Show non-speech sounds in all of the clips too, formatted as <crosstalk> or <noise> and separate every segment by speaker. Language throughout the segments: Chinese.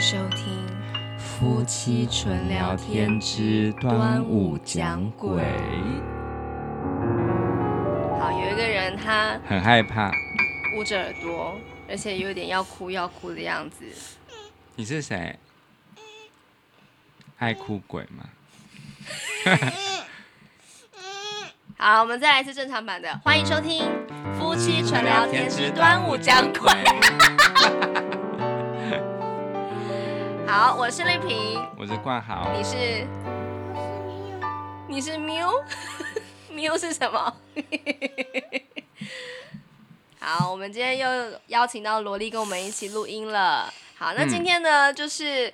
Speaker 1: 收听
Speaker 2: 夫妻纯聊天之端午讲鬼，
Speaker 1: 好，有一个人他
Speaker 2: 很害怕。
Speaker 1: 捂着耳朵，而且有点要哭要哭的样子。
Speaker 2: 你是谁？爱哭鬼吗？
Speaker 1: 好，我们再来一次正常版的，欢迎收听夫妻纯聊天之端午讲 <laughs> 鬼。好，我是丽萍，
Speaker 2: 我是冠豪，
Speaker 1: 你是你是 Miu，Miu 是什么？ <laughs> 好，我们今天又邀请到萝莉跟我们一起录音了。好，那
Speaker 2: 嗯
Speaker 1: 今天呢，就是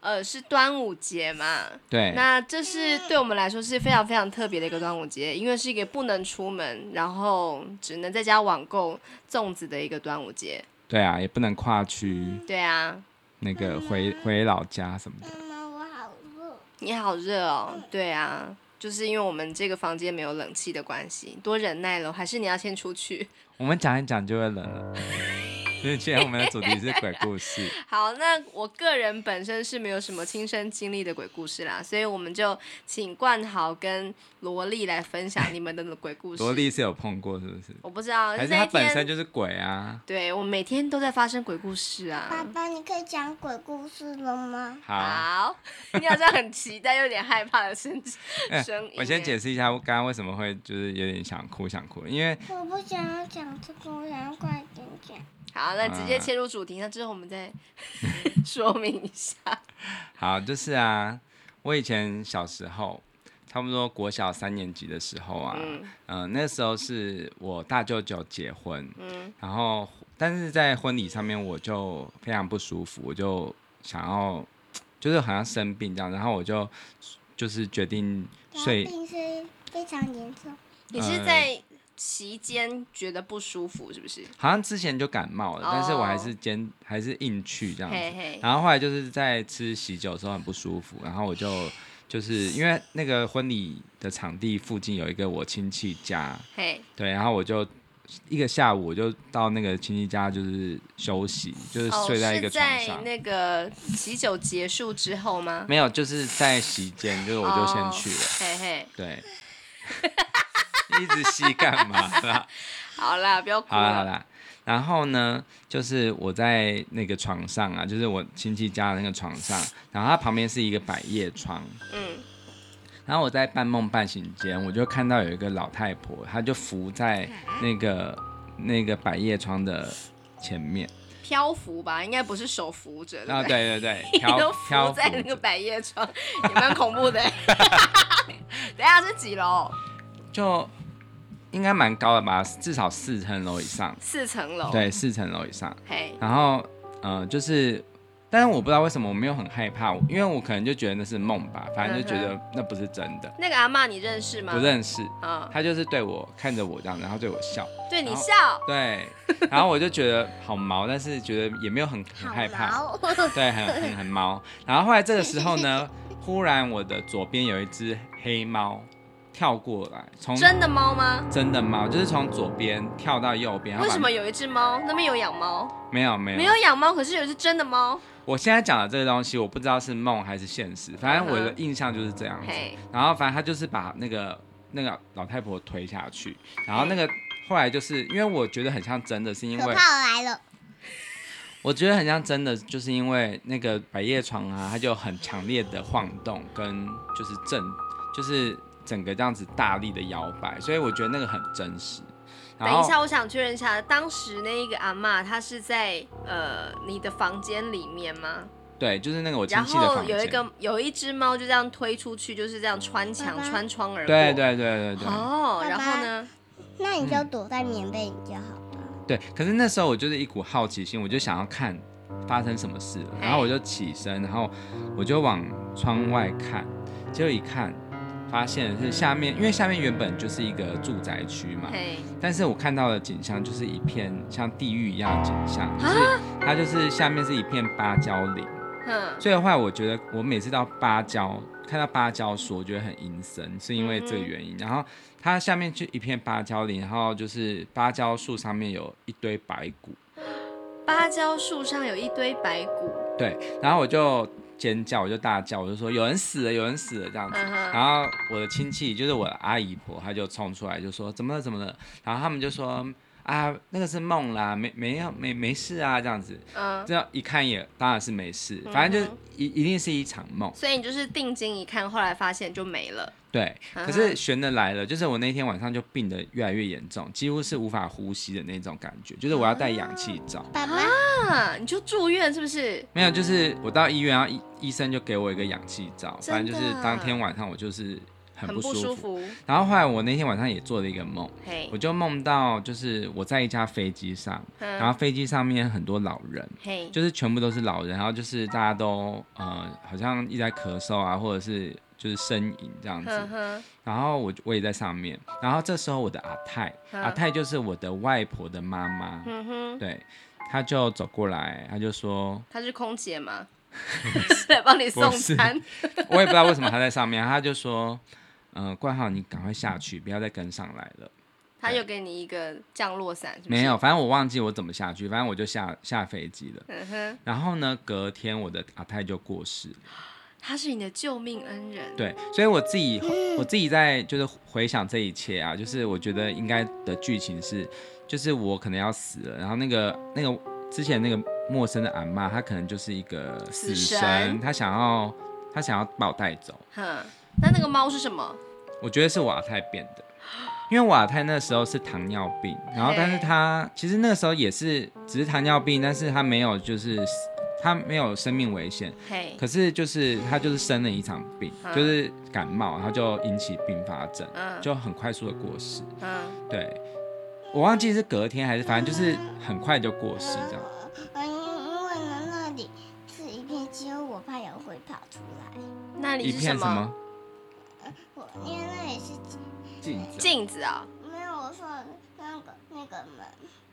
Speaker 1: 呃是端午节嘛，
Speaker 2: 对，
Speaker 1: 那这是对我们来说是非常非常特别的一个端午节，因为是一个不能出门，然后只能在家网购粽子的一个端午节。
Speaker 2: 对啊，也不能跨区，
Speaker 1: 对啊，
Speaker 2: 那个回回老家什么的。
Speaker 3: 妈妈，我好热。
Speaker 1: 你好热哦。对啊，就是因为我们这个房间没有冷气的关系，多忍耐了。还是你要先出去。 <laughs>
Speaker 2: 我们讲一讲就会冷了。 <laughs> 所以今天我们的主题是鬼故 <laughs> 事，
Speaker 1: 好，那我个人本身是没有什么亲身经历的鬼故事啦，所以我们就请冠豪跟萝莉来分享你们的鬼故事。
Speaker 2: 萝，莉是有碰过是不是？
Speaker 1: 我不知道，
Speaker 2: 还是
Speaker 1: 那
Speaker 2: 她
Speaker 1: 一天
Speaker 2: 本身就是鬼啊？
Speaker 1: 对我每天都在发生鬼故事啊。
Speaker 3: 爸爸，你可以讲鬼故事了吗？
Speaker 2: 好，
Speaker 1: 好，你好像很期待，有点害怕的
Speaker 2: <laughs>
Speaker 1: 声声音。
Speaker 2: 哎我先解。释一下，我刚刚为什么会就是有点想哭想哭，因为
Speaker 3: 我不想要讲这个，我想要快点讲。
Speaker 1: 好，那
Speaker 2: 啊
Speaker 1: 直接切入主题，那之后我们再 <laughs> 说明一下。
Speaker 2: 好，就是啊，我以前小时候，差不多国小三年级的时候啊，嗯、
Speaker 1: 嗯
Speaker 2: 那时候是我大舅舅结婚，
Speaker 1: 嗯
Speaker 2: 然后但是在婚礼上面我就非常不舒服，我就想要就是好像生病这样，然后我就就是决定
Speaker 3: 然后
Speaker 2: 睡，
Speaker 3: 病是非常严重，
Speaker 1: 你
Speaker 2: 呃
Speaker 1: 是在期间觉得不舒服，是不是？
Speaker 2: 好像之前就感冒了，但是我还
Speaker 1: 哦
Speaker 2: 是坚还是硬去这样子，
Speaker 1: 嘿嘿，
Speaker 2: 然后后来就是在吃喜酒的时候很不舒服，然后我就就是因为那个婚礼的场地附近有一个我亲戚家，
Speaker 1: 嘿，
Speaker 2: 对，然后我就一个下午我就到那个亲戚家就是休息，就是
Speaker 1: 哦，
Speaker 2: 睡在一个
Speaker 1: 是
Speaker 2: 床
Speaker 1: 在
Speaker 2: 上，
Speaker 1: 那个喜酒结束之后吗？
Speaker 2: 没有，就是在席间，就是 <laughs> 我就先去了，
Speaker 1: 哦嘿嘿， <laughs>
Speaker 2: 对。 <laughs> 一直吸干嘛 <laughs> 啦？
Speaker 1: 好啦，不要哭
Speaker 2: 好啦好
Speaker 1: 了。
Speaker 2: 啦，然后呢，就是我在那个床上啊，就是我亲戚家的那个床上，然后它旁边是一个百叶窗，
Speaker 1: 嗯，
Speaker 2: 然后我在半梦半醒间，我就看到有一个老太婆，她就浮在那个那个百叶窗的前面。
Speaker 1: 漂浮吧，应该不是手扶着，
Speaker 2: 啊，
Speaker 1: 不对？
Speaker 2: 对对对，
Speaker 1: <laughs> 你都
Speaker 2: 漂
Speaker 1: 浮
Speaker 2: 漂浮
Speaker 1: 在那个
Speaker 2: 着，
Speaker 1: 百叶窗，也蛮恐怖
Speaker 2: <laughs>
Speaker 1: 的。 <laughs> 等一下是几楼？
Speaker 2: 就应该蛮高的吧，至少四层楼以上。
Speaker 1: 四层楼。，
Speaker 2: 对，四层楼以上。
Speaker 1: 嘿，
Speaker 2: 然后，呃，就是，但是我不知道为什么我没有很害怕，因为我可能就觉得那是梦吧，反正就觉得那不是真的，
Speaker 1: 那个阿嬷你认识吗？
Speaker 2: 不。认识。
Speaker 1: 嗯嗯，
Speaker 2: 她就是对我看着我这样，然后对我笑。
Speaker 1: 对你
Speaker 2: 然后
Speaker 1: 笑。
Speaker 2: 对， <laughs> 然后我就觉得好毛，但是觉得也没有很很害怕，
Speaker 3: 好
Speaker 2: 对，很很很毛。然后后来这个时候呢，忽然我的左边有一只黑猫跳过来，从
Speaker 1: 真的猫吗？
Speaker 2: 真的猫，就是从左边跳到右边。然后
Speaker 1: 为
Speaker 2: 把
Speaker 1: 什么有一只猫？那边有养猫，
Speaker 2: 没有没有
Speaker 1: 没有养猫，可是有一只真的猫。
Speaker 2: 我现在讲的这个东西，我不知道是梦还是现实，反正我
Speaker 1: 嗯
Speaker 2: 的
Speaker 1: 哼
Speaker 2: 印象就是这样子。
Speaker 1: 嘿，
Speaker 2: 然后反正他就是把那个那个老太婆推下去，然后那个后来就是因为我觉得很像真的，是 <laughs> 因
Speaker 3: 可
Speaker 2: 为
Speaker 3: 怕来了，
Speaker 2: 我觉得很像真的，就是因为那个百叶窗啊，它就有很强烈的晃动跟就是震，就是整个这样子大力的摇摆，所以我觉得那个很真实。然
Speaker 1: 等一
Speaker 2: 后
Speaker 1: 下，我想确认一下，当时那一个阿嬷她是在呃你的房间里面吗？
Speaker 2: 对，就是那个我亲
Speaker 1: 然
Speaker 2: 戚的
Speaker 1: 后
Speaker 2: 房间，
Speaker 1: 有一个有一只猫就这样推出去，就是这样穿墙
Speaker 3: 爸爸
Speaker 1: 穿窗而过。
Speaker 2: 对。对对对对、
Speaker 1: 哦，
Speaker 3: 爸爸
Speaker 1: 然后呢？
Speaker 3: 那你就
Speaker 2: 嗯
Speaker 3: 躲在棉被里就好了。
Speaker 2: 对。可是那时候我就是一股好奇心，我就想要看发生什么事了，然后
Speaker 1: 哎
Speaker 2: 我就起身，然后我就往窗外看，结果一看。发现是下面，因为下面原本就是一个住宅区嘛，
Speaker 1: 嘿，
Speaker 2: 但是我看到的景象就是一片像地狱一样的景象，就是它就是下面是一片芭蕉林，
Speaker 1: 哼，
Speaker 2: 所以的话，我觉得我每次到芭蕉看到芭蕉树，我觉得很阴森，是因为这个原
Speaker 1: 嗯
Speaker 2: 因。然后它下面就一片芭蕉林，然后就是芭蕉树上面有一堆白骨，
Speaker 1: 芭蕉树上有一堆白骨，
Speaker 2: 对，然后我就尖叫，我就大叫，我就说有人死了，有人死了这样子。
Speaker 1: 嗯哼
Speaker 2: 然后我的亲戚就是我的阿姨婆，她就冲出来就说怎么了怎么了，然后他们就说啊那个是梦啦，没没有没没事啊这样子。
Speaker 1: 嗯，
Speaker 2: 这样一看也当然是没事，反正
Speaker 1: 嗯
Speaker 2: 就是一一定是一场梦。
Speaker 1: 所以你就是定睛一看，后来发现就没了。
Speaker 2: 对，
Speaker 1: 啊
Speaker 2: 可是悬的来了，就是我那天晚上就病得越来越严重，几乎是无法呼吸的那种感觉，就是我要戴氧气罩。
Speaker 3: 爸爸，
Speaker 1: 啊，你就住院是不是？
Speaker 2: 没有，就是我到医院，然后医医生就给我一个氧气罩，
Speaker 1: 真的啊
Speaker 2: 反正就是当天晚上我就是很
Speaker 1: 很
Speaker 2: 不舒服。
Speaker 1: 舒服。哎
Speaker 2: 然后后来我那天晚上也做了一个梦，
Speaker 1: 嘿
Speaker 2: 我，就梦到就是我在一架飞机上，然
Speaker 1: 嗯，
Speaker 2: 后飞机上面很多老人，
Speaker 1: 嘿，
Speaker 2: 就是全部都是老人，然后就是大家都呃好像一直在咳嗽啊，或者是就是呻吟这样子。
Speaker 1: 呵呵，
Speaker 2: 然后我就我也在上面，然后这时候我的阿泰，
Speaker 1: 嗯
Speaker 2: 阿泰就是我的外婆的妈妈，
Speaker 1: 嗯哼，
Speaker 2: 对，她就走过来，她就说，
Speaker 1: 她是空姐
Speaker 2: <laughs>
Speaker 1: 吗？ <laughs> 是来帮你送
Speaker 2: 不是
Speaker 1: 餐。
Speaker 2: 我也不知道为什么她在上面，她就说，嗯、冠浩你赶快下去，不要再跟上来了。
Speaker 1: 她有给你一个降落伞，是不是
Speaker 2: 没有，。反正我忘记我怎么下去，反正我就下下飞机了。
Speaker 1: 嗯哼，
Speaker 2: 然后呢，隔天我的阿泰就过世了，
Speaker 1: 她是你的救命恩人。
Speaker 2: 对，所以我自己我自己在就是回想这一切啊，就是我觉得应该的剧情是，就是我可能要死了，然后那个那个之前那个陌生的阿嬷，她可能就是一个
Speaker 1: 死
Speaker 2: 死
Speaker 1: 神
Speaker 2: 神，她想要她想要把我带走，
Speaker 1: 哼，那那个猫是什么？
Speaker 2: 我觉得是瓦泰变的，因为瓦泰那时候是糖尿病，然后但是
Speaker 1: 嘿
Speaker 2: 他其实那时候也是只是糖尿病，但是他没有就是他没有生命危险，
Speaker 1: 嘿，
Speaker 2: 可是就是他就是生了一场病，
Speaker 1: 嗯
Speaker 2: 就是感冒，然后就引起并发症，
Speaker 1: 嗯
Speaker 2: 就很快速的过世。
Speaker 1: 嗯，
Speaker 2: 对，我忘记是隔天还是反正就是很快就过世这样。
Speaker 3: 嗯，呃因为呢那里是一片只有我怕羊会跑出来，
Speaker 1: 那
Speaker 2: 一
Speaker 1: 里是
Speaker 2: 片什么？
Speaker 3: 我因为那里是
Speaker 2: 镜子
Speaker 1: 镜子啊、
Speaker 3: 没有我说的那个那个门，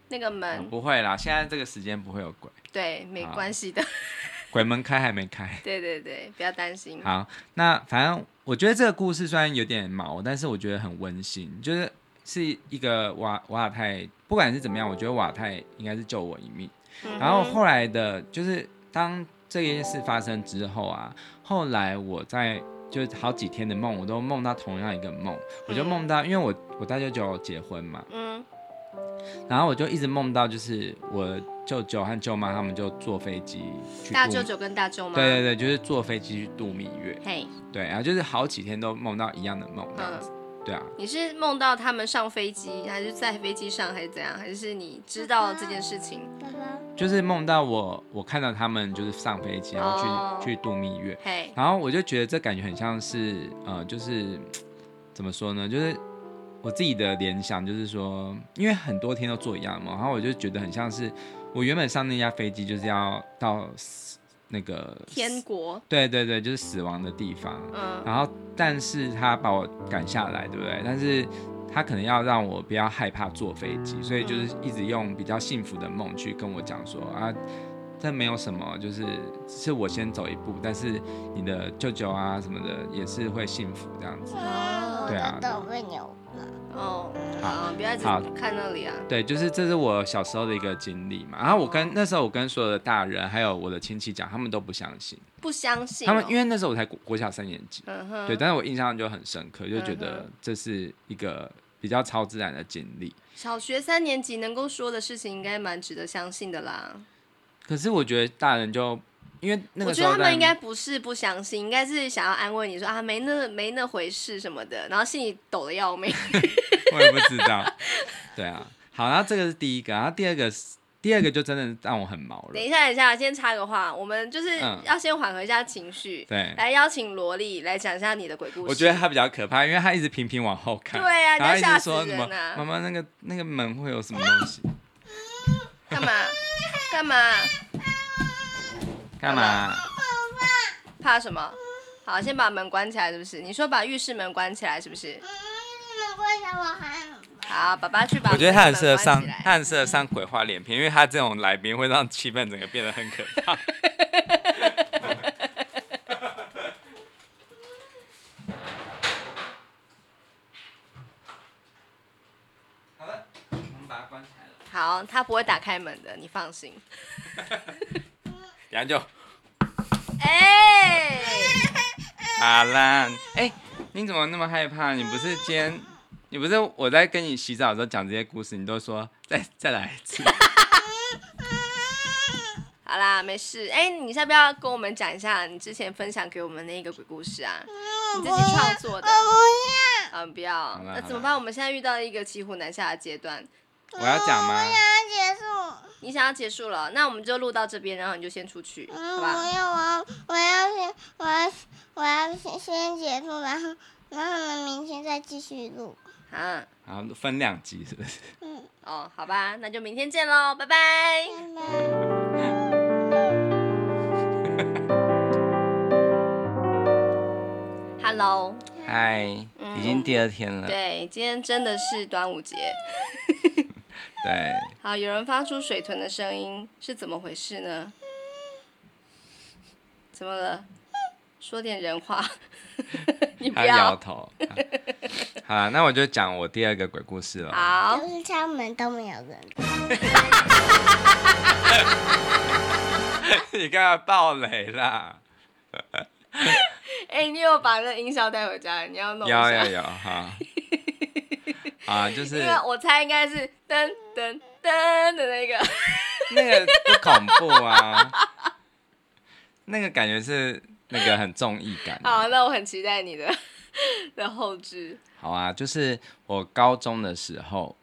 Speaker 1: 那个
Speaker 2: 啊？
Speaker 1: 门，
Speaker 2: 不会啦，现在这个时间不会有 <laughs> 鬼，
Speaker 1: 对，没
Speaker 2: 好
Speaker 1: 关系的， <laughs>
Speaker 2: 鬼门开还没开。
Speaker 1: 对对对，不要担心。
Speaker 2: 好，那反正我觉得这个故事虽然有点毛，但是我觉得很温馨，就是是一个瓦瓦尔泰，不管是怎么样，我觉得瓦尔泰应该是救我一命。
Speaker 1: 嗯哼
Speaker 2: 然后后来的，就是当这件事发生之后啊，后来我在就是好几天的梦，我都梦到同样一个梦，我就梦到，因为我我大舅舅结婚嘛，
Speaker 1: 嗯
Speaker 2: 然后我就一直梦到就是我舅舅和舅妈他们就坐飞机去
Speaker 1: 大
Speaker 2: 度
Speaker 1: 舅舅跟大舅妈，
Speaker 2: 对对对，就是坐飞机去度蜜月，
Speaker 1: 嘿，
Speaker 2: 对，然后就是好几天都梦到一样的梦这样子，
Speaker 1: 嗯，
Speaker 2: 对啊，
Speaker 1: 你是梦到他们上飞机，还是在飞机上，还是怎样？还是你知道这件事情？
Speaker 3: 爸爸，
Speaker 2: 就是梦到我我看到他们就是上飞机然后去、
Speaker 1: 哦
Speaker 2: 去度蜜月，
Speaker 1: 嘿，
Speaker 2: 然后我就觉得这感觉很像是，呃，就是怎么说呢，就是我自己的联想，就是说，因为很多天都做一样的梦，然后我就觉得很像是我原本上那架飞机就是要到死那个
Speaker 1: 天
Speaker 2: 死，
Speaker 1: 国，
Speaker 2: 对对对，就是死亡的地方，
Speaker 1: 嗯
Speaker 2: 然后但是他把我赶下来，对不对？但是他可能要让我不要害怕坐飞
Speaker 1: 嗯
Speaker 2: 机，所以就是一直用比较幸福的梦去跟我讲说啊，这没有什么，就是是我先走一步，但是你的舅舅啊什么的也是会幸福这样子。
Speaker 3: 嗯，我
Speaker 2: 对啊
Speaker 3: 的头被扭了。
Speaker 1: 哦，
Speaker 2: 好
Speaker 1: 啊，不要一直
Speaker 2: 好
Speaker 1: 看那里啊，
Speaker 2: 对，就是这是我小时候的一个经历嘛。然后我跟那时候我跟所有的大人还有我的亲戚讲，他们都不相信，
Speaker 1: 不相信哦、
Speaker 2: 他们因为那时候我才国国小三年级，
Speaker 1: 嗯哼，
Speaker 2: 对，但是我印象就很深刻，就觉
Speaker 1: 嗯
Speaker 2: 得这是一个比较超自然的经历。
Speaker 1: 小学三年级能够说的事情，应该蛮值得相信的啦。
Speaker 2: 可是我觉得大人就因为那
Speaker 1: 我
Speaker 2: 个
Speaker 1: 觉
Speaker 2: 时
Speaker 1: 得
Speaker 2: 候
Speaker 1: 他们
Speaker 2: 在
Speaker 1: 应该不是不相信，应该是想要安慰你说啊，没那没那回事什么的，然后心里抖得要
Speaker 2: <laughs>
Speaker 1: 命。
Speaker 2: 我也不知
Speaker 1: <laughs>
Speaker 2: 道，对啊。好，然后这个是第一个，然后第二个是第二个就真的让我很毛了
Speaker 1: 等。一下，等一下，先插个话，我们就是
Speaker 2: 嗯
Speaker 1: 要先缓和一下情绪，
Speaker 2: 对，
Speaker 1: 来邀请萝莉来讲一下你的鬼故事。
Speaker 2: 我觉得他比较可怕，因为他一直频频往后看，
Speaker 1: 对啊你
Speaker 2: 然后
Speaker 1: 要
Speaker 2: 一
Speaker 1: 吓
Speaker 2: 直
Speaker 1: 死
Speaker 2: 说什么
Speaker 1: 人啊
Speaker 2: 妈妈那个那个门会有什么东西？
Speaker 1: 干嘛干嘛
Speaker 2: 干嘛？
Speaker 1: 怕什么？好，先把门关起来，是不是？你说把浴室门关起来，是不是
Speaker 3: 嗯，？你们为什么喊我？
Speaker 1: 好，爸爸去把
Speaker 2: 我觉得他很
Speaker 1: 门
Speaker 2: 适合
Speaker 1: 关
Speaker 2: 上
Speaker 1: 起，来
Speaker 2: 他很适合上鬼话连篇，因为他这种来宾会让气氛整个变得很可怕。 <laughs> 好了，我们把它关起来了，
Speaker 1: 好，他不会打开门的，你放心。
Speaker 2: 然后就
Speaker 1: 哎、
Speaker 2: 好啦，哎、你怎么那么害怕？你不是今天，你不是我在跟你洗澡的时候讲这些故事，你都说再再来一次。
Speaker 1: 好啦，没事。哎、你要不要跟我们讲一下你之前分享给我们那个鬼故事啊？你自己创作的？
Speaker 3: 我
Speaker 1: 啊，不要
Speaker 2: 嗯好。啦
Speaker 1: 那怎
Speaker 2: 好
Speaker 1: 么
Speaker 2: 啦
Speaker 1: 办？我们现在遇到一个骑虎难下的阶段，
Speaker 3: 不要，
Speaker 2: 我要讲吗
Speaker 3: 我不要结束，
Speaker 1: 你想要结束了，那我们就录到这边，然后你就先出去，
Speaker 3: 嗯，
Speaker 1: 好吧？
Speaker 3: 不要，我要我要先我要我要先先结束，然后然后呢，明天再继续录，
Speaker 1: 啊，
Speaker 2: 好，分两集是
Speaker 1: <laughs>
Speaker 2: 不是？
Speaker 3: 嗯，
Speaker 1: 哦，好吧，那就明天见喽，拜拜。
Speaker 2: 嗯
Speaker 3: 拜拜。
Speaker 1: Hello，
Speaker 2: 嗨，已经第二天了。
Speaker 1: 嗯对，今天真的是端午节。
Speaker 2: 对，
Speaker 1: 好，有人发出水豚的声音，是怎么回事呢？
Speaker 2: 嗯
Speaker 1: 怎么了？说点人
Speaker 2: <laughs>
Speaker 1: 话。你不
Speaker 2: 他摇
Speaker 1: 要。
Speaker 2: 头。好啦，那我就讲我第二个鬼故事了。
Speaker 1: 好，
Speaker 3: 就是敲门都没有人。
Speaker 2: <laughs> 你刚才爆雷啦！
Speaker 1: 哎、你有把那音效带回家？你要弄一
Speaker 2: 有
Speaker 1: 下。 <laughs>
Speaker 2: 有有哈。啊，就是
Speaker 1: 因为我猜应该是噔噔噔的那个。
Speaker 2: 那个不恐怖啊， <laughs> 那个感觉是那个很重义感。啊
Speaker 1: 好，那我很期待你的的后置。
Speaker 2: 好啊，就是我高中的时候，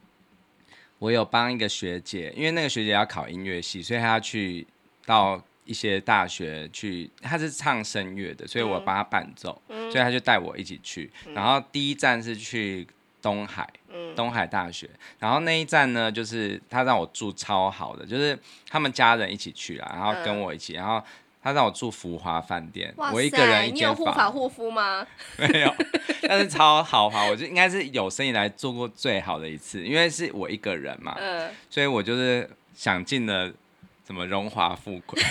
Speaker 2: 我有帮一个学姐，因为那个学姐要考音乐系，所以她要去到一些大学去，她是唱声乐的，所以
Speaker 1: 嗯
Speaker 2: 我帮她伴奏，所以她就带我一起去。然后第一站是去东海，
Speaker 1: 嗯
Speaker 2: 东海大学。然后那一站呢，就是她让我住超好的，就是他们家人一起去啦，然后跟我一起，然后。她让我住福华饭店，
Speaker 1: 嗯哇
Speaker 2: 我一个
Speaker 1: 塞，
Speaker 2: 人一
Speaker 1: 你
Speaker 2: 间
Speaker 1: 有
Speaker 2: 房。
Speaker 1: 护法护肤吗？
Speaker 2: <laughs> 没有，但是超豪华，我就应该是有生以来做过最好的一次，因为是我一个人嘛，
Speaker 1: 嗯，
Speaker 2: 所以我就是享尽了什么荣华富
Speaker 1: <laughs>
Speaker 2: 贵。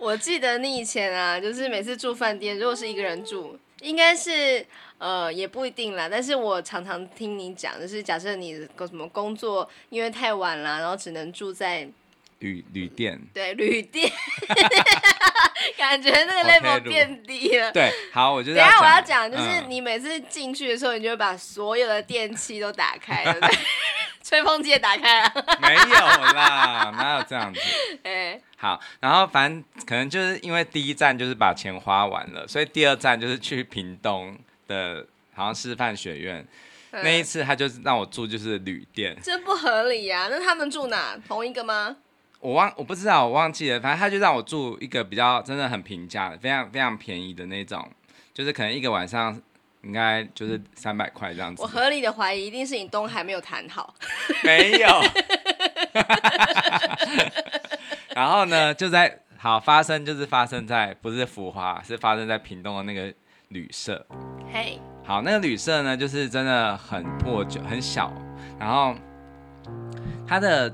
Speaker 1: 我记得你以前啊，就是每次住饭店，如果是一个人住，应该是呃也不一定啦。但是我常常听你讲，就是假设你什么工作，因为太晚啦，然后只能住在
Speaker 2: 旅旅店，
Speaker 1: 对旅店， <laughs> 感觉那个 level
Speaker 2: Hotel room
Speaker 1: 变低了。
Speaker 2: 对，好，我就是
Speaker 1: 等一下我要
Speaker 2: 要
Speaker 1: 讲，就是
Speaker 2: 嗯
Speaker 1: 你每次进去的时候，你就会把所有的电器都打开，
Speaker 2: <laughs>
Speaker 1: 对不 <laughs> 对？吹风机也打开了， <laughs>
Speaker 2: 没有啦，哪有这样子？
Speaker 1: 哎、
Speaker 2: 好，然后反正可能就是因为第一站就是把钱花完了，所以第二站就是去屏东的，好像师范学院。
Speaker 1: 嗯
Speaker 2: 那一次他就是让我住就是旅店，
Speaker 1: 这不合理呀、那他们住哪？同一个吗？
Speaker 2: 我忘我不知道，我忘记了。反正他就让我住一个比较真的很平价的，非常非常便宜的那种，就是可能一个晚上应该就是三百块这样子
Speaker 1: 我。合理的怀疑，一定是你东海没有谈好。
Speaker 2: <laughs> 没有。然后呢，就在好发生就是发生在不是浮华，是发生在屏东的那个旅社。
Speaker 1: 嘿，
Speaker 2: 好，那个旅社呢，就是真的很破旧，很小，然后它的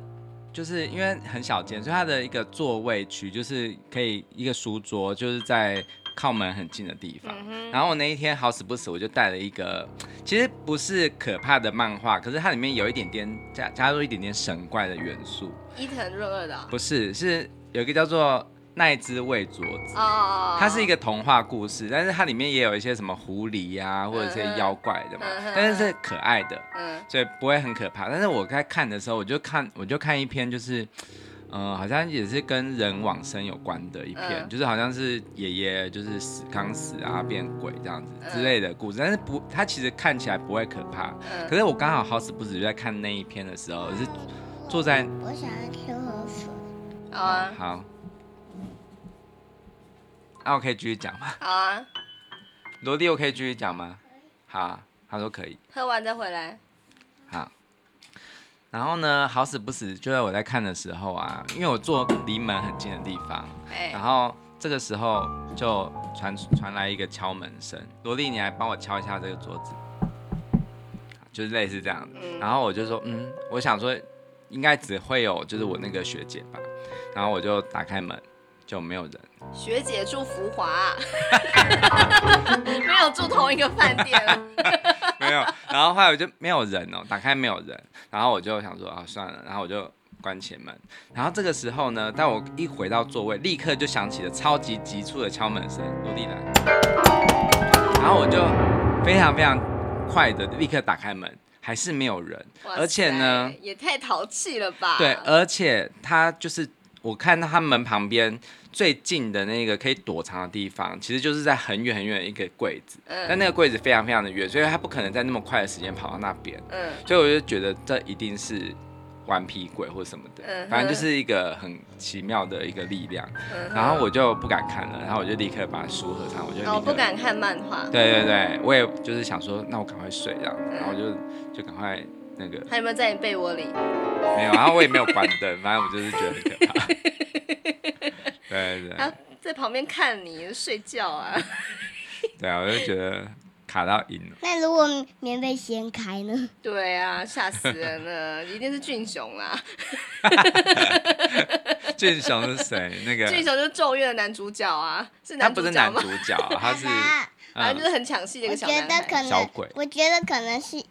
Speaker 2: 就是因为很小间，所以它的一个座位区就是可以一个书桌，就是在靠门很近的地
Speaker 1: 嗯
Speaker 2: 方。然后我那一天好死不死，我就带了一个，其实不是可怕的漫画，可是它里面有一点点加加入一点点神怪的元素，
Speaker 1: 伊藤润二的哦
Speaker 2: 不是，是有一个叫做奈之未佐子。
Speaker 1: 哦
Speaker 2: <laughs>
Speaker 1: 哦，
Speaker 2: 它是一
Speaker 1: 个
Speaker 2: 个童话故事，但是它里面也有一些什么狐狸呀、啊，或者一些妖怪的嘛
Speaker 1: 嗯哼，
Speaker 2: 但是是可爱的，
Speaker 1: 嗯
Speaker 2: 所以不会很可怕。但是我在看的时候，我就看我就看一篇，就是，呃，好像也是跟人往生有关的一篇，
Speaker 1: 嗯
Speaker 2: 就是好像是爷爷就是死刚死啊变鬼这样子之类的故事，但是不，它其实看起来不会可怕。可
Speaker 1: 嗯，
Speaker 2: 是我刚好好死不死就在看那一篇的时候，我是坐在
Speaker 3: 我想要吃河粉。
Speaker 1: 好
Speaker 2: <laughs>
Speaker 1: 啊
Speaker 2: 好，啊那、我可以继续讲吗？
Speaker 1: 好啊，
Speaker 2: 萝莉，我可以继续讲吗？好，他说可以。
Speaker 1: 喝完再回来。
Speaker 2: 好，然后呢，好死不死，就在我在看的时候啊，因为我坐离门很近的地方，
Speaker 1: 哎、
Speaker 2: 然后这个时候就传传来一个敲门声。萝莉，你来帮我敲一下这个桌子，就是类似这样的。
Speaker 1: 嗯
Speaker 2: 然后我就说，嗯，我想说应该只会有就是我那个学姐吧。然后我就打开门，就没有人。
Speaker 1: 学姐住福华、啊
Speaker 2: <laughs>
Speaker 1: <laughs> 没有住同一个饭店。
Speaker 2: 没有。然后后来我就没有人哦，打开没有人，然后我就想说啊算了，然后我就关起门。然后这个时候呢，当我一回到座位，立刻就响起了超级急促的敲门声，罗蒂兰。然后我就非常非常快的立刻打开门，还是没有人，
Speaker 1: 哇
Speaker 2: <laughs> 而且呢
Speaker 1: 塞，，也太淘气了吧？
Speaker 2: 对，呃而且他就是我看到他门旁边最近的那个可以躲藏的地方，其实就是在很远很远的一个柜子，但
Speaker 1: 嗯
Speaker 2: 那个柜子非常非常的远，所以他不可能在那么快的时间跑到那边，
Speaker 1: 嗯，
Speaker 2: 所以我就觉得这一定是。顽皮鬼或什么的
Speaker 1: 嗯，哼
Speaker 2: 反正就是一个很奇妙的一个力量。
Speaker 1: 嗯哼
Speaker 2: 然后我就不敢看了，然后我就立刻把书合上，我就立
Speaker 1: 哦，
Speaker 2: 刻
Speaker 1: 不敢看漫画。
Speaker 2: 对对对，我也就是想说，那我赶快睡这样，然后就就赶快那个
Speaker 1: 他有没有在你被窝里？
Speaker 2: 没有，然后我也没有关灯，反正我就是觉得很可怕。对对
Speaker 1: 他在旁边看你睡觉啊？ <laughs>
Speaker 2: 对，啊我就觉得卡到瘾了。
Speaker 3: 那如果棉被掀开呢？
Speaker 1: 对啊，吓死人了，一定是俊雄
Speaker 2: <laughs>
Speaker 1: 啦！
Speaker 2: 俊雄是谁？那个
Speaker 1: 俊雄就是《咒怨》的男主角啊，是
Speaker 2: 啊他
Speaker 1: 男
Speaker 2: 不
Speaker 1: 主
Speaker 2: 是
Speaker 1: 角
Speaker 2: 男
Speaker 1: 吗
Speaker 2: 主？角，啊他
Speaker 3: <laughs>
Speaker 2: 是
Speaker 3: 爸爸
Speaker 1: 反正就
Speaker 2: 嗯
Speaker 1: 是很抢戏的一
Speaker 3: 我
Speaker 1: 个小
Speaker 3: 觉
Speaker 1: 男
Speaker 3: 得
Speaker 1: 孩。
Speaker 3: 可
Speaker 2: 小
Speaker 3: 能
Speaker 2: 鬼，
Speaker 3: 我觉得可能是一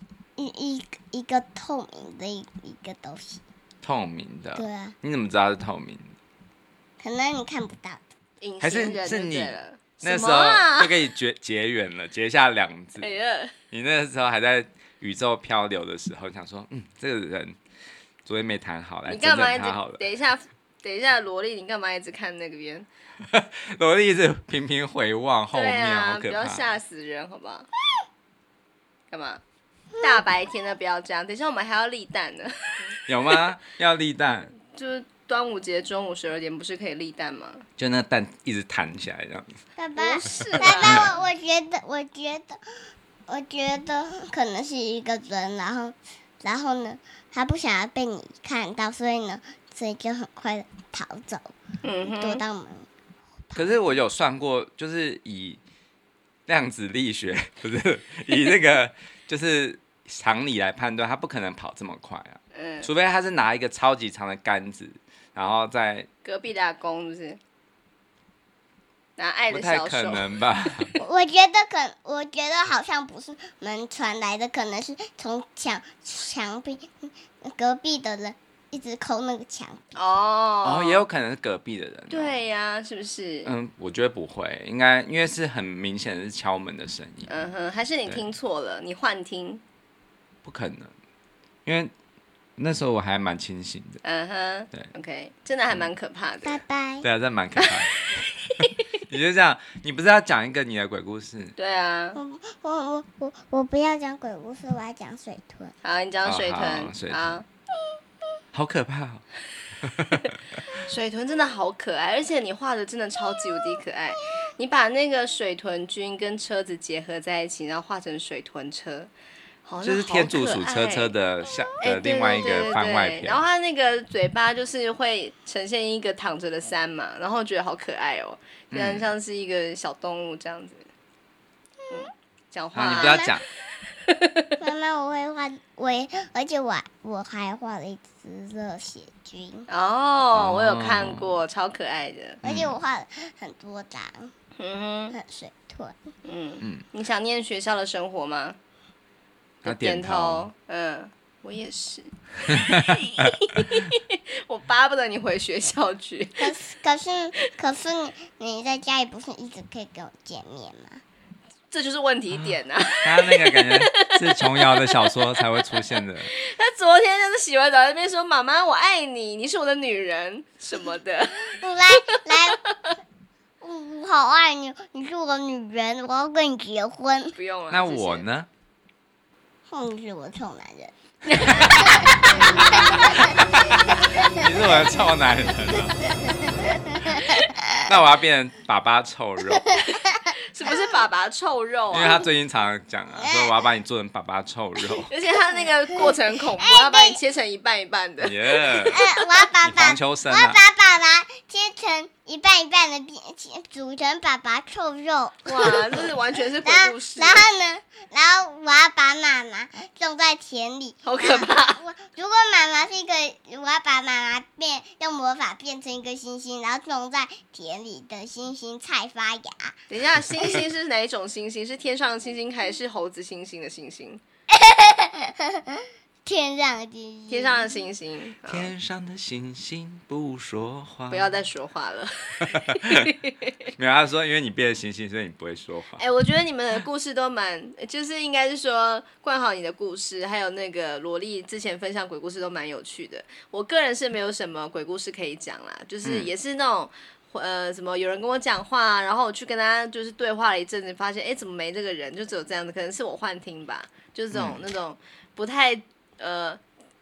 Speaker 3: 一个一个透明的一一个东西，
Speaker 2: 嗯透明的。
Speaker 3: 对啊，
Speaker 2: 你怎么知道是透明的？
Speaker 3: 可能你看不到的。
Speaker 1: 隐
Speaker 2: 还是
Speaker 1: 形人
Speaker 2: 是
Speaker 1: 就
Speaker 2: 你
Speaker 1: 对了
Speaker 2: 那
Speaker 1: 什
Speaker 2: 时
Speaker 1: 么啊
Speaker 2: 候就跟你结结缘了，结下梁子
Speaker 1: 哎。呀，
Speaker 2: 你那时候还在宇宙漂流的时候，想说，嗯，这个人昨天没谈好，来
Speaker 1: 你
Speaker 2: 整
Speaker 1: 干
Speaker 2: 整
Speaker 1: 嘛一
Speaker 2: 他好
Speaker 1: 直
Speaker 2: 了。
Speaker 1: 等一下？等一下，萝莉，你干嘛一直看那个边？
Speaker 2: 萝莉一直频频回望后
Speaker 1: 对
Speaker 2: 面，
Speaker 1: 啊，
Speaker 2: 好
Speaker 1: 不
Speaker 2: 可
Speaker 1: 要
Speaker 2: 怕。
Speaker 1: 吓死人，好不好？
Speaker 3: 嗯
Speaker 1: 干嘛？大白天的不要这样，等一下我们还要立蛋呢。
Speaker 2: 有吗？要立蛋，
Speaker 1: 就是端午节中午十二点不是可以立蛋吗？
Speaker 2: 就那蛋一直弹起来这样子。
Speaker 3: 爸爸，
Speaker 1: 不是 <laughs>
Speaker 3: 爸
Speaker 1: 啦，
Speaker 3: 爸，我我觉得，我觉得，我觉得可能是一个人，啊然后，然后呢，他不想要被你看到，所以呢，所以就很快的逃走，
Speaker 1: 嗯
Speaker 3: 躲
Speaker 1: 哼，
Speaker 3: 到门。
Speaker 2: 可是我有算过，就是以量子力学，不是以那个就是常理来判断，它不可能跑这么快啊，
Speaker 1: 嗯，
Speaker 2: 除非它是拿一个超级长的杆子，然后再
Speaker 1: 隔壁打工是不是？拿爱
Speaker 2: 不
Speaker 1: 的
Speaker 2: 太
Speaker 1: 小
Speaker 2: 可
Speaker 1: 手，
Speaker 2: 能吧？
Speaker 3: 我我觉得可，我觉得好像不是门传来的，可能是从墙墙壁隔壁的人一直抠那个墙。
Speaker 1: 哦，
Speaker 2: <laughs> 哦，也有可能是隔壁的人、，啊
Speaker 1: 对呀、是不是？嗯
Speaker 2: 嗯，我觉得不会，应该因为是很明显的是敲门的声音，
Speaker 1: 嗯哼，还是你
Speaker 2: 对
Speaker 1: 听错了，你幻听。
Speaker 2: 不可能，因为那时候我还蛮清醒的。
Speaker 1: 嗯哼，
Speaker 2: 对嗯
Speaker 1: ，OK，真的还蛮可怕的。
Speaker 3: 拜拜。
Speaker 2: 对啊，这蛮可
Speaker 1: <laughs>
Speaker 2: 怕的。你就这样，你不是要讲一个你的鬼故事？
Speaker 1: 对啊，
Speaker 3: 我我我我我不要讲鬼故事，我要讲水豚。
Speaker 1: 好，你讲
Speaker 2: 哦
Speaker 1: 水
Speaker 2: 好
Speaker 1: 豚，
Speaker 2: 水豚
Speaker 1: 好，
Speaker 2: 好可怕哦！
Speaker 1: 水豚真的好可爱，而且你画的真的超级无敌可爱。你把那个水豚君跟车子结合在一起，然后画成水豚车，好
Speaker 2: 就是天竺
Speaker 1: 主
Speaker 2: 鼠车车的下
Speaker 1: 哎，
Speaker 2: 的
Speaker 1: 对
Speaker 2: 另外一个番外
Speaker 1: 对对对对
Speaker 2: 篇
Speaker 1: 然，后它那个嘴巴就是会呈现一个躺着的山嘛，然后觉得好可爱哦，就像
Speaker 2: 嗯
Speaker 1: 像是一个小动物这样子。嗯，讲话、
Speaker 2: 啊，你不要讲，
Speaker 3: 妈妈，我会画，我也而且我我还画了一只热血军，
Speaker 1: 哦，我有看过，超可爱的。
Speaker 3: 而且我画了很多张，
Speaker 1: 嗯
Speaker 3: 很水豚。
Speaker 1: 哼，嗯
Speaker 2: 嗯，
Speaker 1: 你想念学校的生活吗？
Speaker 2: 他
Speaker 1: 点
Speaker 2: 点头，。
Speaker 1: 嗯，我也是。 <laughs> 我巴不得你回学校去。 <laughs>
Speaker 3: 可是可是可是你你在家里不是一直可以跟我见面吗？
Speaker 1: 这就是问题点呐、啊！
Speaker 2: 他那个感觉是琼瑶的小说才会出现的，
Speaker 1: <laughs> 他昨天就是洗完澡在那边说：“妈妈，我爱你，你是我的女人 <laughs> 什么的。
Speaker 3: 嗯来来， <laughs> 我我好爱你，你是我的女人，我要跟你结”婚。
Speaker 1: 不用了。
Speaker 2: 那
Speaker 1: 谢谢
Speaker 2: 我？呢？
Speaker 3: 哼，你是我的臭男人。
Speaker 2: 你是我的臭男人啊。那我要变成粑粑臭肉，
Speaker 1: 是不是爸爸臭肉
Speaker 2: 因为他
Speaker 1: 啊？
Speaker 2: 最近常常讲啊，说我要把你做成粑粑臭肉。
Speaker 1: 而且他那个过程很恐 <laughs> 怖，要把你切成一半一半的。
Speaker 2: 耶，
Speaker 3: 呃，我要
Speaker 2: <laughs>
Speaker 3: 把
Speaker 2: 你
Speaker 3: 爸
Speaker 2: 防，秋生
Speaker 3: 我要
Speaker 2: 啊
Speaker 3: 把！爸爸切成一半一半的变，切煮成爸爸臭肉。
Speaker 1: <laughs> 哇，这是完全是鬼
Speaker 3: 然后
Speaker 1: 故， <laughs> 事
Speaker 3: 然，后呢？然后我要把妈妈种在
Speaker 1: <laughs>
Speaker 3: 田里。
Speaker 1: 好可怕！
Speaker 3: 我如果妈妈是一个，我要把妈妈变用魔法变成一个星星，然后种在田里的星星菜发芽。
Speaker 1: 等一下，星星是哪一种星星？是天上的星星还是猴子星星的星星？
Speaker 3: 天上的星
Speaker 1: <laughs>
Speaker 3: 星，
Speaker 1: 天上的星星，好
Speaker 2: 天上的星星不说话。
Speaker 1: 不要再说话了。
Speaker 2: 没有，他说因为你变了星星，所以你不会说话
Speaker 1: 哎、。我觉得你们的故事都蛮，就是应该是说冠豪你的故事，还有那个萝莉之前分享鬼故事都蛮有趣的。我个人是没有什么鬼故事可以讲啦，就是
Speaker 2: 嗯
Speaker 1: 也是那种。呃，什么有人跟我讲话，啊然后我去跟他就是对话了一阵子，发现哎怎么没这个人，就只有这样子，可能是我幻听吧，就是这种、那种不太呃，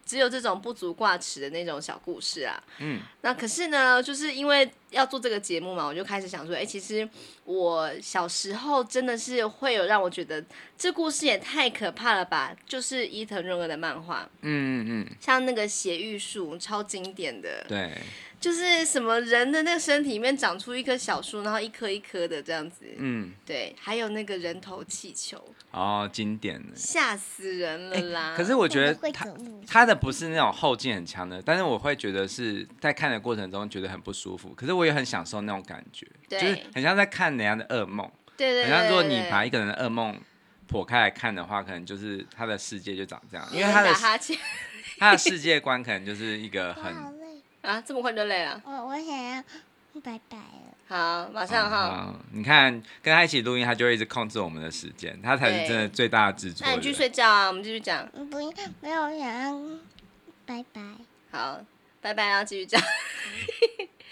Speaker 1: 只有这种不足挂齿的那种小故事啊。
Speaker 2: 嗯，
Speaker 1: 那可是呢，就是因为要做这个节目嘛，我就开始想说，哎、其实我小时候真的是会有让我觉得这故事也太可怕了吧，就是伊藤润二的漫画，
Speaker 2: 嗯嗯嗯，
Speaker 1: 像那个血玉树，超经典的，
Speaker 2: 对，
Speaker 1: 就是什么人的那个身体里面长出一棵小树，然后一颗一颗的这样子，
Speaker 2: 嗯，
Speaker 1: 对，还有那个人头气球，
Speaker 2: 哦，经典的。
Speaker 1: 吓死人了啦！
Speaker 2: 哎可是我觉
Speaker 3: 会
Speaker 2: 得
Speaker 3: 走
Speaker 2: 他
Speaker 3: 路，
Speaker 2: 他的不是那种后劲很强的，但是我会觉得是在看的过程中觉得很不舒服，可是我也很享受那种感觉，就
Speaker 1: 对
Speaker 2: 是很像在看人家的噩梦。
Speaker 1: 对对对
Speaker 2: 很像如果你
Speaker 1: 对
Speaker 2: 把一个人的噩梦剖开来看的话，可能就是他的世界就长这样，因为
Speaker 1: 有人
Speaker 2: 他
Speaker 1: 打
Speaker 2: 的
Speaker 1: 哈欠
Speaker 2: 他的世界观可能就是一个
Speaker 3: 我好
Speaker 2: 很
Speaker 3: 累，
Speaker 1: 啊，这么快就累了，
Speaker 3: 我我想要拜拜了。
Speaker 1: 好，马上哈。
Speaker 2: 嗯你看跟他一起录音，他就会一直控制我们的时间，他才是真的最大的制作
Speaker 1: 那你去
Speaker 2: 人。
Speaker 1: 睡觉啊，我们继续讲。
Speaker 3: 嗯不，没有我想要拜拜，
Speaker 1: 好，拜拜，然后继续讲。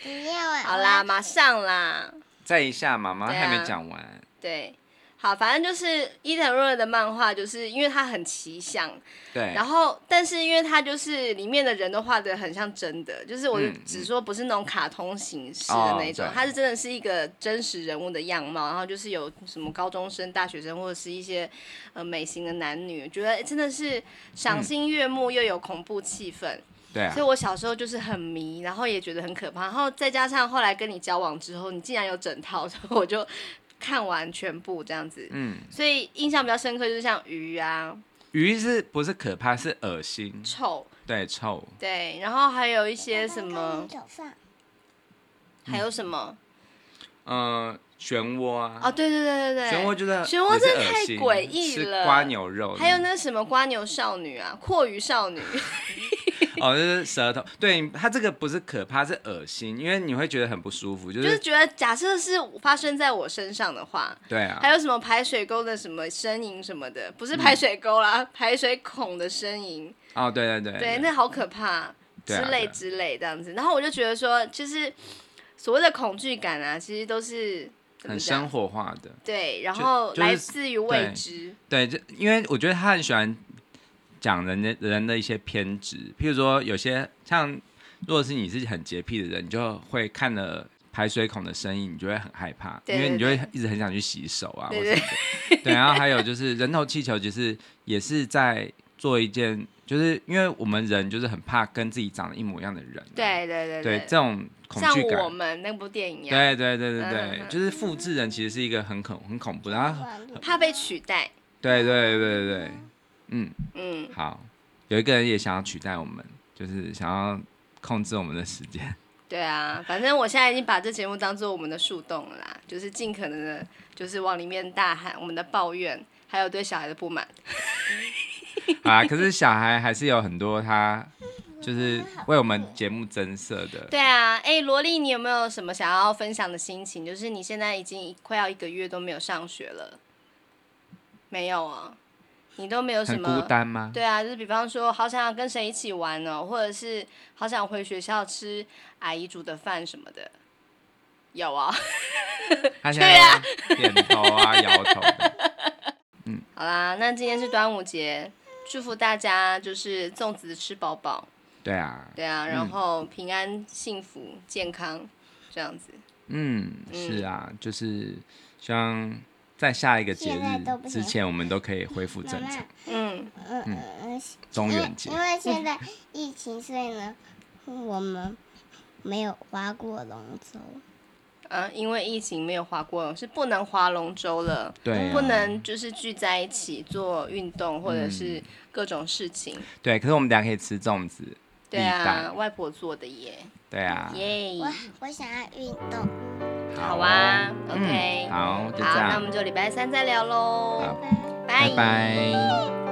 Speaker 3: 不要啊。
Speaker 1: 好
Speaker 3: 我
Speaker 1: 啦，
Speaker 3: 要
Speaker 1: 马上啦。
Speaker 2: 再一下，妈妈
Speaker 1: 对啊
Speaker 2: 还没讲完，
Speaker 1: 对，好，反正就是伊藤润二的漫画，就是因为它很奇像，
Speaker 2: 对
Speaker 1: 然，后但是因为它就是里面的人都画的很像真的，就是我
Speaker 2: 嗯嗯
Speaker 1: 只说不是那种卡通形式的那种
Speaker 2: 哦对，
Speaker 1: 它是真的是一个真实人物的样貌，然后就是有什么高中生、大学生或者是一些呃美型的男女，觉得真的是赏心悦目又有恐怖气氛。
Speaker 2: 对啊
Speaker 1: 所，以我小时候就是很迷，然后也觉得很可怕，然后再加上后来跟你交往之后，你竟然有整套， <laughs> 所以我就看完全部这样子。
Speaker 2: 嗯，
Speaker 1: 所以印象比较深刻就是像鱼啊、
Speaker 2: 鱼是不是可怕？是恶心，
Speaker 1: 臭，
Speaker 2: 对，臭。
Speaker 1: 对，然后还有一些
Speaker 3: 拜
Speaker 1: 什
Speaker 3: 拜
Speaker 1: 么
Speaker 3: 跟你，走饭
Speaker 1: 还有什么？
Speaker 2: 嗯，漩涡
Speaker 1: 哦，
Speaker 2: 啊，
Speaker 1: 对对对对对，
Speaker 2: 漩涡觉得
Speaker 1: 漩涡
Speaker 2: 也是
Speaker 1: 真的太
Speaker 2: 恶心
Speaker 1: 诡异
Speaker 2: 吃
Speaker 1: 了
Speaker 2: 瓜牛肉，
Speaker 1: 还有那什么瓜牛少女啊、阔鱼少
Speaker 2: <laughs>
Speaker 1: 女，
Speaker 2: 哦，就是舌头，对，它这个不是可怕，是恶心，因为你会觉得很不舒服，就
Speaker 1: 就是
Speaker 2: 是
Speaker 1: 觉得假设是发生在我身上的话，
Speaker 2: 对啊，
Speaker 1: 还有什么排水沟的什么呻吟什么的，
Speaker 2: 嗯
Speaker 1: 不是排水沟啦，排水孔的呻吟，
Speaker 2: 哦，对对对，
Speaker 1: 对，那好可怕，
Speaker 2: 对
Speaker 1: 之
Speaker 2: 啊
Speaker 1: 类
Speaker 2: 对啊
Speaker 1: 之类这样子。然后我就觉得说，就是所谓的恐惧感啊，其实都是怎么
Speaker 2: 很
Speaker 1: 讲
Speaker 2: 生活化的，
Speaker 1: 对，然后
Speaker 2: 就是
Speaker 1: 来自于未
Speaker 2: 对
Speaker 1: 知，
Speaker 2: 对，就因为我觉得他很喜欢讲人的人的一些偏执，譬如说有些像，如果是你是很洁癖的人，你就会看了。排水孔的声音，你就会很害怕，
Speaker 1: 对
Speaker 2: 因为你就
Speaker 1: 对
Speaker 2: 会一直很想去洗手啊，
Speaker 1: 对
Speaker 2: 或
Speaker 1: 对
Speaker 2: 什么的。对，然后还有就是人头气球，其实也是在做一件，就是因为我们人就是很怕跟自己长得一模一样的人啊、
Speaker 1: 对对对
Speaker 2: 对这种恐
Speaker 1: 像
Speaker 2: 惧
Speaker 1: 我
Speaker 2: 感。
Speaker 1: 们那部电影一样，
Speaker 2: 对对对对
Speaker 1: 嗯
Speaker 2: 对，
Speaker 1: 嗯
Speaker 2: 就是复制人其实是一个很恐很恐怖的，然后
Speaker 3: 乱入
Speaker 1: 怕被取代，
Speaker 2: 对对对对对，嗯，
Speaker 1: 嗯，
Speaker 2: 好，有一个人也想要取代我们，就是想要控制我们的时间。
Speaker 1: 对啊，反正我现在已经把这节目当做我们的树洞了啦，就是尽可能的，就是往里面大喊我们的抱怨，还有对小孩的不满。
Speaker 2: 好啊，可是小孩还是有很多他就是为我们节目增色的。
Speaker 1: 对啊，哎、萝莉，你有没有什么想要分享的心情？就是你现在已经快要一个月都没有上学了，没有啊？你都没有什
Speaker 2: 很
Speaker 1: 么
Speaker 2: 孤？单吗？
Speaker 1: 对啊，就是比方说，好想要跟谁一起玩哦，或者是好想回学校吃阿姨煮的饭什么的，有啊。 <laughs>
Speaker 2: 他现在点头啊，摇头的。
Speaker 1: 好啦，那今天是端午节，祝福大家就是粽子吃饱饱，
Speaker 2: 对啊，
Speaker 1: 对啊，然
Speaker 2: 嗯
Speaker 1: 后平安、幸福、健康这样子。
Speaker 2: 嗯，是啊，就是希望在下一个节
Speaker 3: 现在都
Speaker 2: 日
Speaker 3: 不
Speaker 2: 之
Speaker 3: 行
Speaker 2: 前，我们都可以恢复
Speaker 3: 妈
Speaker 2: 正
Speaker 3: 妈
Speaker 2: 常。，
Speaker 1: 嗯，
Speaker 3: 嗯嗯嗯，
Speaker 2: 中
Speaker 3: 因
Speaker 2: 元
Speaker 3: 为
Speaker 2: 节
Speaker 3: 因，为现在疫情，所以呢，我们没有划过龙舟。
Speaker 1: 啊，因为疫情没有划过，是不能划龙舟了，
Speaker 2: 对啊
Speaker 1: 不能就是聚在一起做运动或者
Speaker 2: 嗯
Speaker 1: 是各种事情。
Speaker 2: 对，可是我们等一下可以吃粽子。
Speaker 1: 对
Speaker 2: 立
Speaker 1: 啊，
Speaker 2: 蛋
Speaker 1: 外婆做的耶，
Speaker 2: 对啊，
Speaker 1: 耶、
Speaker 3: 我我想要运动，
Speaker 1: 好
Speaker 2: 哦
Speaker 1: 啊
Speaker 2: 嗯
Speaker 1: ，OK，
Speaker 2: 好，就这
Speaker 1: 好，那我
Speaker 2: 样
Speaker 1: 们，就礼拜三再聊喽
Speaker 2: 好，
Speaker 3: 拜
Speaker 2: 拜
Speaker 3: 拜。
Speaker 2: 拜。